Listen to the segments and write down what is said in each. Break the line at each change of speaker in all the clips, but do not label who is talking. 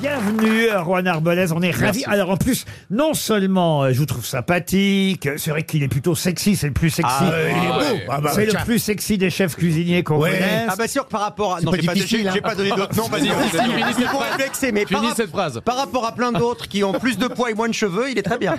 Bienvenue, euh, Juan Arbolez. On est ravis. Alors, en plus, non seulement euh, je vous trouve sympathique, euh, c'est vrai qu'il est plutôt sexy, c'est le plus sexy.
Ah, euh, il est beau.
Ouais.
Ah bah,
c'est le
tiens.
plus sexy des chefs cuisiniers qu'on connaisse.
Ah bah sûr que par rapport à... Non,
pas
j'ai pas,
difficile,
j'ai- j'ai
hein.
pas donné d'autres noms, vas-y.
Finis cette
C'est pour
phrase.
réflexer, mais par,
Finis
rap-
cette phrase.
par rapport à plein d'autres qui ont plus de poids et moins de cheveux, il est très bien.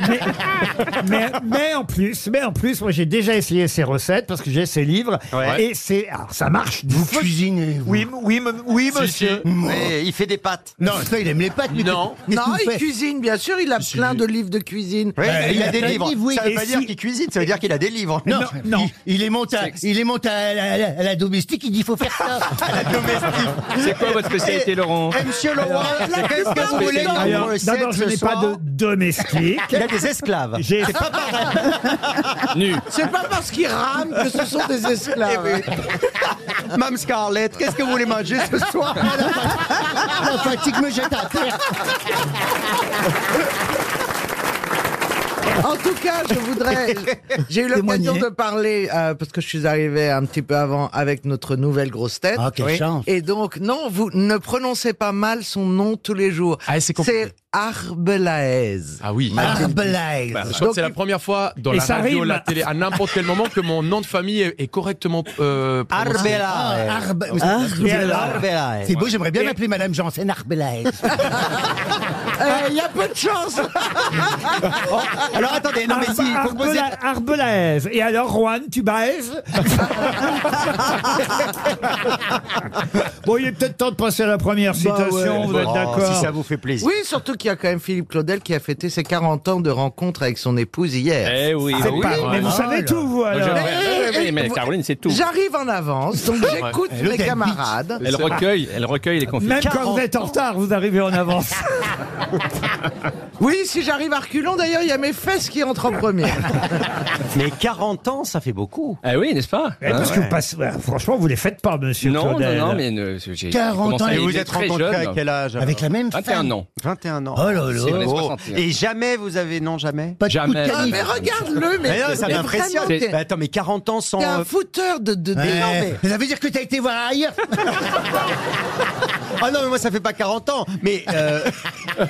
mais, mais en plus, mais en plus, moi j'ai déjà essayé ses recettes parce que j'ai ses livres
Ouais.
et c'est, alors ça marche. Vous
cuisinez, vous. Mmh.
Oui, m- oui, m- oui, monsieur.
Mais il fait des pattes.
Non, ça, il aime les pâtes. Mais
Non.
qu'est-ce que
Non,
vous
il
faites
cuisine, bien sûr, il a plein de livres de cuisine.
Oui, il, a des
plein de
livres.
livres, oui.
Ça veut
Et
pas
si-
dire qu'il cuisine, ça veut dire qu'il a des livres.
Non,
Non, non.
Il, il les monte à, il les monte à, la- à la- à la domestique, il dit faut faire ça.
C'est quoi votre spécialité, Laurent
Eh, Monsieur Laurent, qu'est-ce que vous voulez dans
Alors,
vos
d'abord,
recettes
je
ce
n'ai pas
soir
de domestique.
Il a des esclaves.
J'ai
Nu.
C'est pas parce qu'ils rament que ce sont des esclaves.
Mme Scarlett, qu'est-ce que vous voulez manger ce soir
La fatigue me jette à terre.
En tout cas, je voudrais. J'ai eu l'occasion de parler, euh, parce que je suis arrivée un petit peu avant avec notre nouvelle grosse tête.
Ah, quelle chance.
Et donc, non, vous ne prononcez pas mal son nom tous les jours.
Ah, c'est compliqué.
Arbelaez.
Ah oui.
Ah, blague.
Bah, je crois que c'est la première fois dans
Et
la
ça
radio,
rime.
la télé, à n'importe quel moment que mon nom de famille est, est correctement euh, prononcé.
Ah,
Arbela.
Ah, Arbe- mais c'est-
Et alors
Arbela.
C'est beau, j'aimerais bien m'appeler Madame Janssen Arbelaez.
Euh, Il y a peu de chance.
Alors attendez, non mais si, il faut
Arbe-
poser...
Arbela- Arbelaise. Et alors, Juan, tu baises Bon, il est peut-être temps de passer à la première citation, vous êtes
Oh,
d'accord
Si ça vous fait plaisir.
Oui, surtout qu'il y a quand même Philippe Claudel qui a fêté ses 40 ans de rencontre avec son épouse hier.
Eh oui,
C'est
ah oui.
pas-
ouais.
Mais vous
Moi,
savez euh, tout, vous,
je-
alors.
ouais, ouais, ouais, Mais
Vous-
Caroline, c'est tout.
J'arrive en avance, donc j'écoute
Ouais.
mes
L'hôtel
camarades.
Elle recueille, elle recueille les confidences.
Même quand
40.
vous êtes en retard, vous arrivez en avance.
Oui, si j'arrive à reculons, d'ailleurs, il y a mes fesses qui entrent en premier.
Mais 40 ans, ça fait beaucoup.
Ah oui, n'est-ce pas
Eh, Parce que vous passez- ouais, franchement, vous les faites pas, monsieur
Non, non,
Claudel.
non, mais ne- j'ai- j'ai
40
commencé
ans,
à
et
Et
Il
vous
aimer
êtes
Ah, très
rencontré
jeune. Ah,
à quel âge
Avec la même
21
femme.
ans.
21 ans.
Oh là là.
C'est- on est
Oh.
61.
Et jamais vous avez... Non, jamais
Pas de
Jamais.
coup de
Ah,
canif.
mais regarde-le, mais,
Mais non, ça
mais
m'impressionne.
vraiment, t'es-
Bah, attends, mais 40 ans sans...
T'es un
euh,
fouteur de, de, de-
Ouais.
Non, mais-
Ça veut dire que t'as été voir ailleurs.
Ah non, mais moi, ça fait pas 40 ans. Mais euh,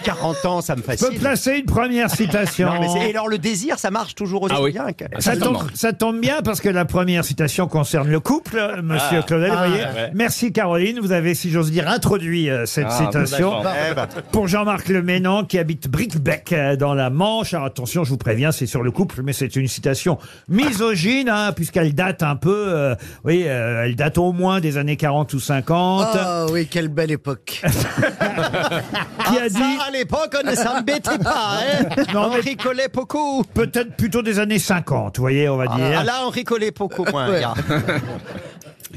40 ans, ça me
Je peux
fascine.
placer une première citation.
Non, mais c'est- Et alors, le désir, ça marche toujours aussi
Ah oui.
bien que...
Ça
Certainement.
tombe, ça tombe bien parce que la première citation concerne le couple,
Ah.
monsieur Claudel. vous voyez. Merci Caroline, vous avez, si j'ose dire, introduit euh, cette
Ah,
citation.
d'accord.
Eh ben,
Pour Jean-Marc Le Ménan qui habite Brickbeck euh, dans la Manche. Alors attention, je vous préviens, c'est sur le couple, mais c'est une citation misogyne hein, puisqu'elle date un peu, euh, oui, euh, elle date au moins des années 40 ou 50.
Oh oui, quelle belle époque.
Qui a dit
Ah, ça, à l'époque, on ne s'embêtait pas. Hein
Non,
on
mais-
rigolait beaucoup.
peut-être plutôt des années 50, vous voyez, on va dire.
Ah, là, on rigolait beaucoup moins.
Ouais.
gars.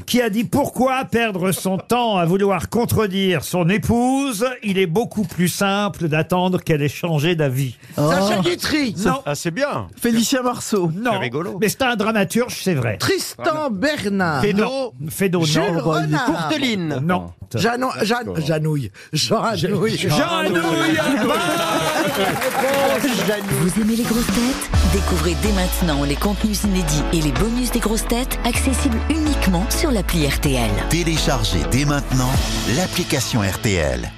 qui a dit pourquoi perdre son temps à vouloir contredire son épouse Il est beaucoup plus simple d'attendre qu'elle ait changé d'avis.
Oh.
Sacha Guitry.
Non,
Ah, c'est bien.
Félicien Marceau.
non.
rigolo.
Mais c'est un dramaturge, c'est vrai.
Tristan Bernard.
Fédo, Fédo, non.
Jules Renard.
Courteline.
Non.
Janon, Jan- Janouille. Janouille.
Jean-Anouille
Vous aimez les grosses têtes Découvrez dès maintenant les contenus inédits et les bonus des grosses têtes accessibles uniquement sur l'appli RTL.
Téléchargez dès maintenant l'application RTL.